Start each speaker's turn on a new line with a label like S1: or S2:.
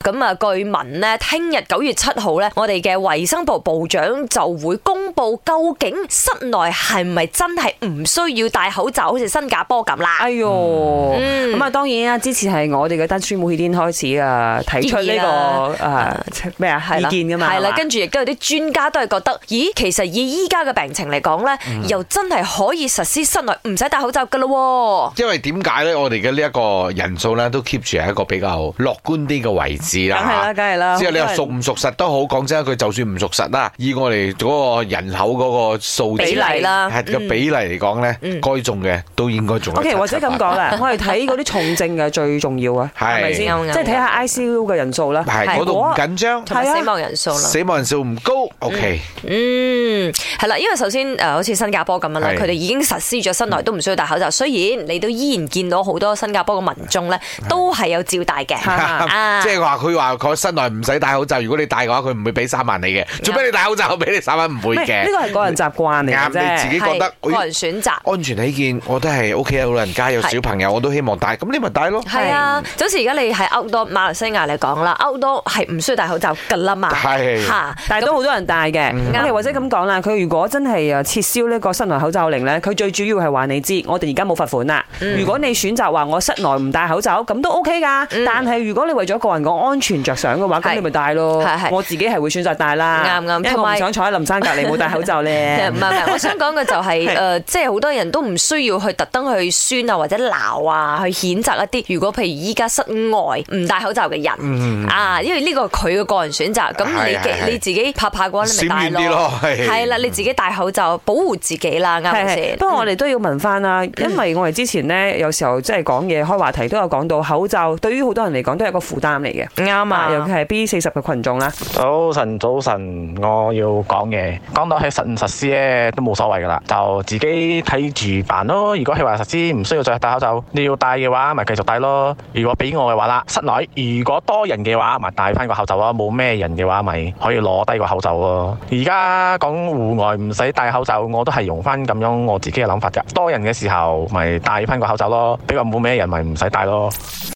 S1: 咁啊，據聞呢，聽日九月七號呢，我哋嘅衞生部部長就會公布究竟室內係咪真係唔需要戴口罩，好似新加坡咁啦。
S2: 哎呦，
S1: 嗯
S2: 咁啊、當然啦，之前係我哋嘅丹書每天開始啊提出呢、
S1: 建議啦
S2: 個啊咩啊
S1: 係
S2: 意
S1: 啦
S2: 見噶嘛，
S1: 係
S2: 係
S1: 啦，
S2: 嘛
S1: 跟住亦都有啲專家都係覺得，咦，其實以依家嘅病情嚟講呢，
S2: 嗯
S1: 又真係可以實施室內唔使戴口罩噶咯喎。
S3: 因為點解咧？我哋嘅呢一個人數咧都 keep 住係一個比較樂觀啲嘅位置
S2: 梗係
S3: 啦
S2: 啊啦，。梗係啦，
S3: 即係你
S2: 好
S3: 話
S2: 多人
S3: 熟唔熟實都好，講真一句，就算唔熟實啦，以我哋嗰個人口嗰個數字
S1: 比例啦
S3: 係個
S1: 嗯
S3: 比例嚟講咧，該中嘅都應該中得
S2: O
S3: 七。
S2: K，或者
S3: 七八
S2: 咁講 啦，我哋睇嗰啲重症嘅最重要啊，
S3: 係
S2: 係咪先？
S1: 啱啱
S2: 即係睇下 I C U 嘅人數啦。
S3: 係嗰度唔緊張，
S1: 同埋
S2: 係啊
S1: 死亡人數啦。
S3: 死亡人數唔高，OK。
S1: 嗯，係啦，因為首先誒、呃好似新加坡咁樣啦，
S3: 係
S1: 佢哋已經實施咗室內都唔需要戴口罩。雖然你都依然見到好多新加坡嘅民眾咧，都係有照戴 嘅。啊
S3: 即係話佢話佢室內唔使戴口罩，如果你戴嘅話，佢唔會俾三萬你嘅。做咩你戴口罩俾你三萬唔會
S2: 咩
S3: 嘅
S2: 呢？個係個人習慣嚟
S3: 啱
S2: 嘅
S3: 你自
S2: 啫
S3: 己。覺得哎
S1: 係個人選擇。
S3: 安全起見，我都係屋企有老人家有
S1: 係
S3: 小朋友，我都希望戴。咁你咪戴咯。
S1: 係啊，就好似而家你喺 outdoor 馬來西亞嚟講啦，outdoor 係唔需要戴口罩㗎啦嘛，
S3: 係
S1: 嚇
S2: 但係都好多人戴嘅，
S1: 嗯
S2: 我哋或者咁講啦，佢如果真係啊撤銷呢個室內口罩令咧，佢最主要係話你知，我哋而家冇罰款啦。
S1: 嗯
S2: 如果你選擇話我室內唔戴口罩，咁都 OK 噶。但係如果你為咗個人嘅安全着想嘅話，
S1: 嗯係
S2: 咁你咪戴咯
S1: 係係。
S2: 我自己係會選擇戴啦，
S1: 啱啱
S2: 因為
S1: 同
S2: 我
S1: 埋
S2: 唔想坐喺林山隔離冇戴口 罩咧
S1: 唔。係唔係，我想講嘅就 係、誒、即係好多人都唔需要去特登去酸啊，或者鬧啊，去譴責一啲如果譬如依家室外唔戴口罩嘅人、啊，因為呢個佢嘅個人選擇。咁你
S3: 係嗯係係
S1: 嘅你自己怕怕嘅話，你
S3: 閃
S1: 咪
S3: 面
S1: 戴
S3: 啲
S1: 咯
S3: 咯。係
S1: 係啦，你自己戴口罩保護自己啦，啱嗯唔啱
S2: 係係
S1: 先？
S2: 不過我哋都要問翻啦，因為我哋之前呢，有時候即係講嘢開話題都有講到口罩，對於好多人嚟講都係一個負擔嚟嘅。
S1: 啱
S2: 啊，尤其係 B 四十嘅群眾啦。
S4: 早晨，早晨，我要講嘢。講到係實唔實施咧，都冇所謂噶啦，就自己睇住辦咯。如果係話實施唔需要再戴口罩，你要戴嘅話，咪繼續戴咯。如果俾我嘅話啦，室內如果多人嘅話，咪戴翻個口罩咯。冇咩人嘅話，咪可以攞低個口罩咯。而家講戶外唔使戴口罩，我都係用翻咁樣我自己嘅諗法㗎。多人嘅時候，咪戴翻個口罩咯。比較冇咩人，咪唔使戴咯。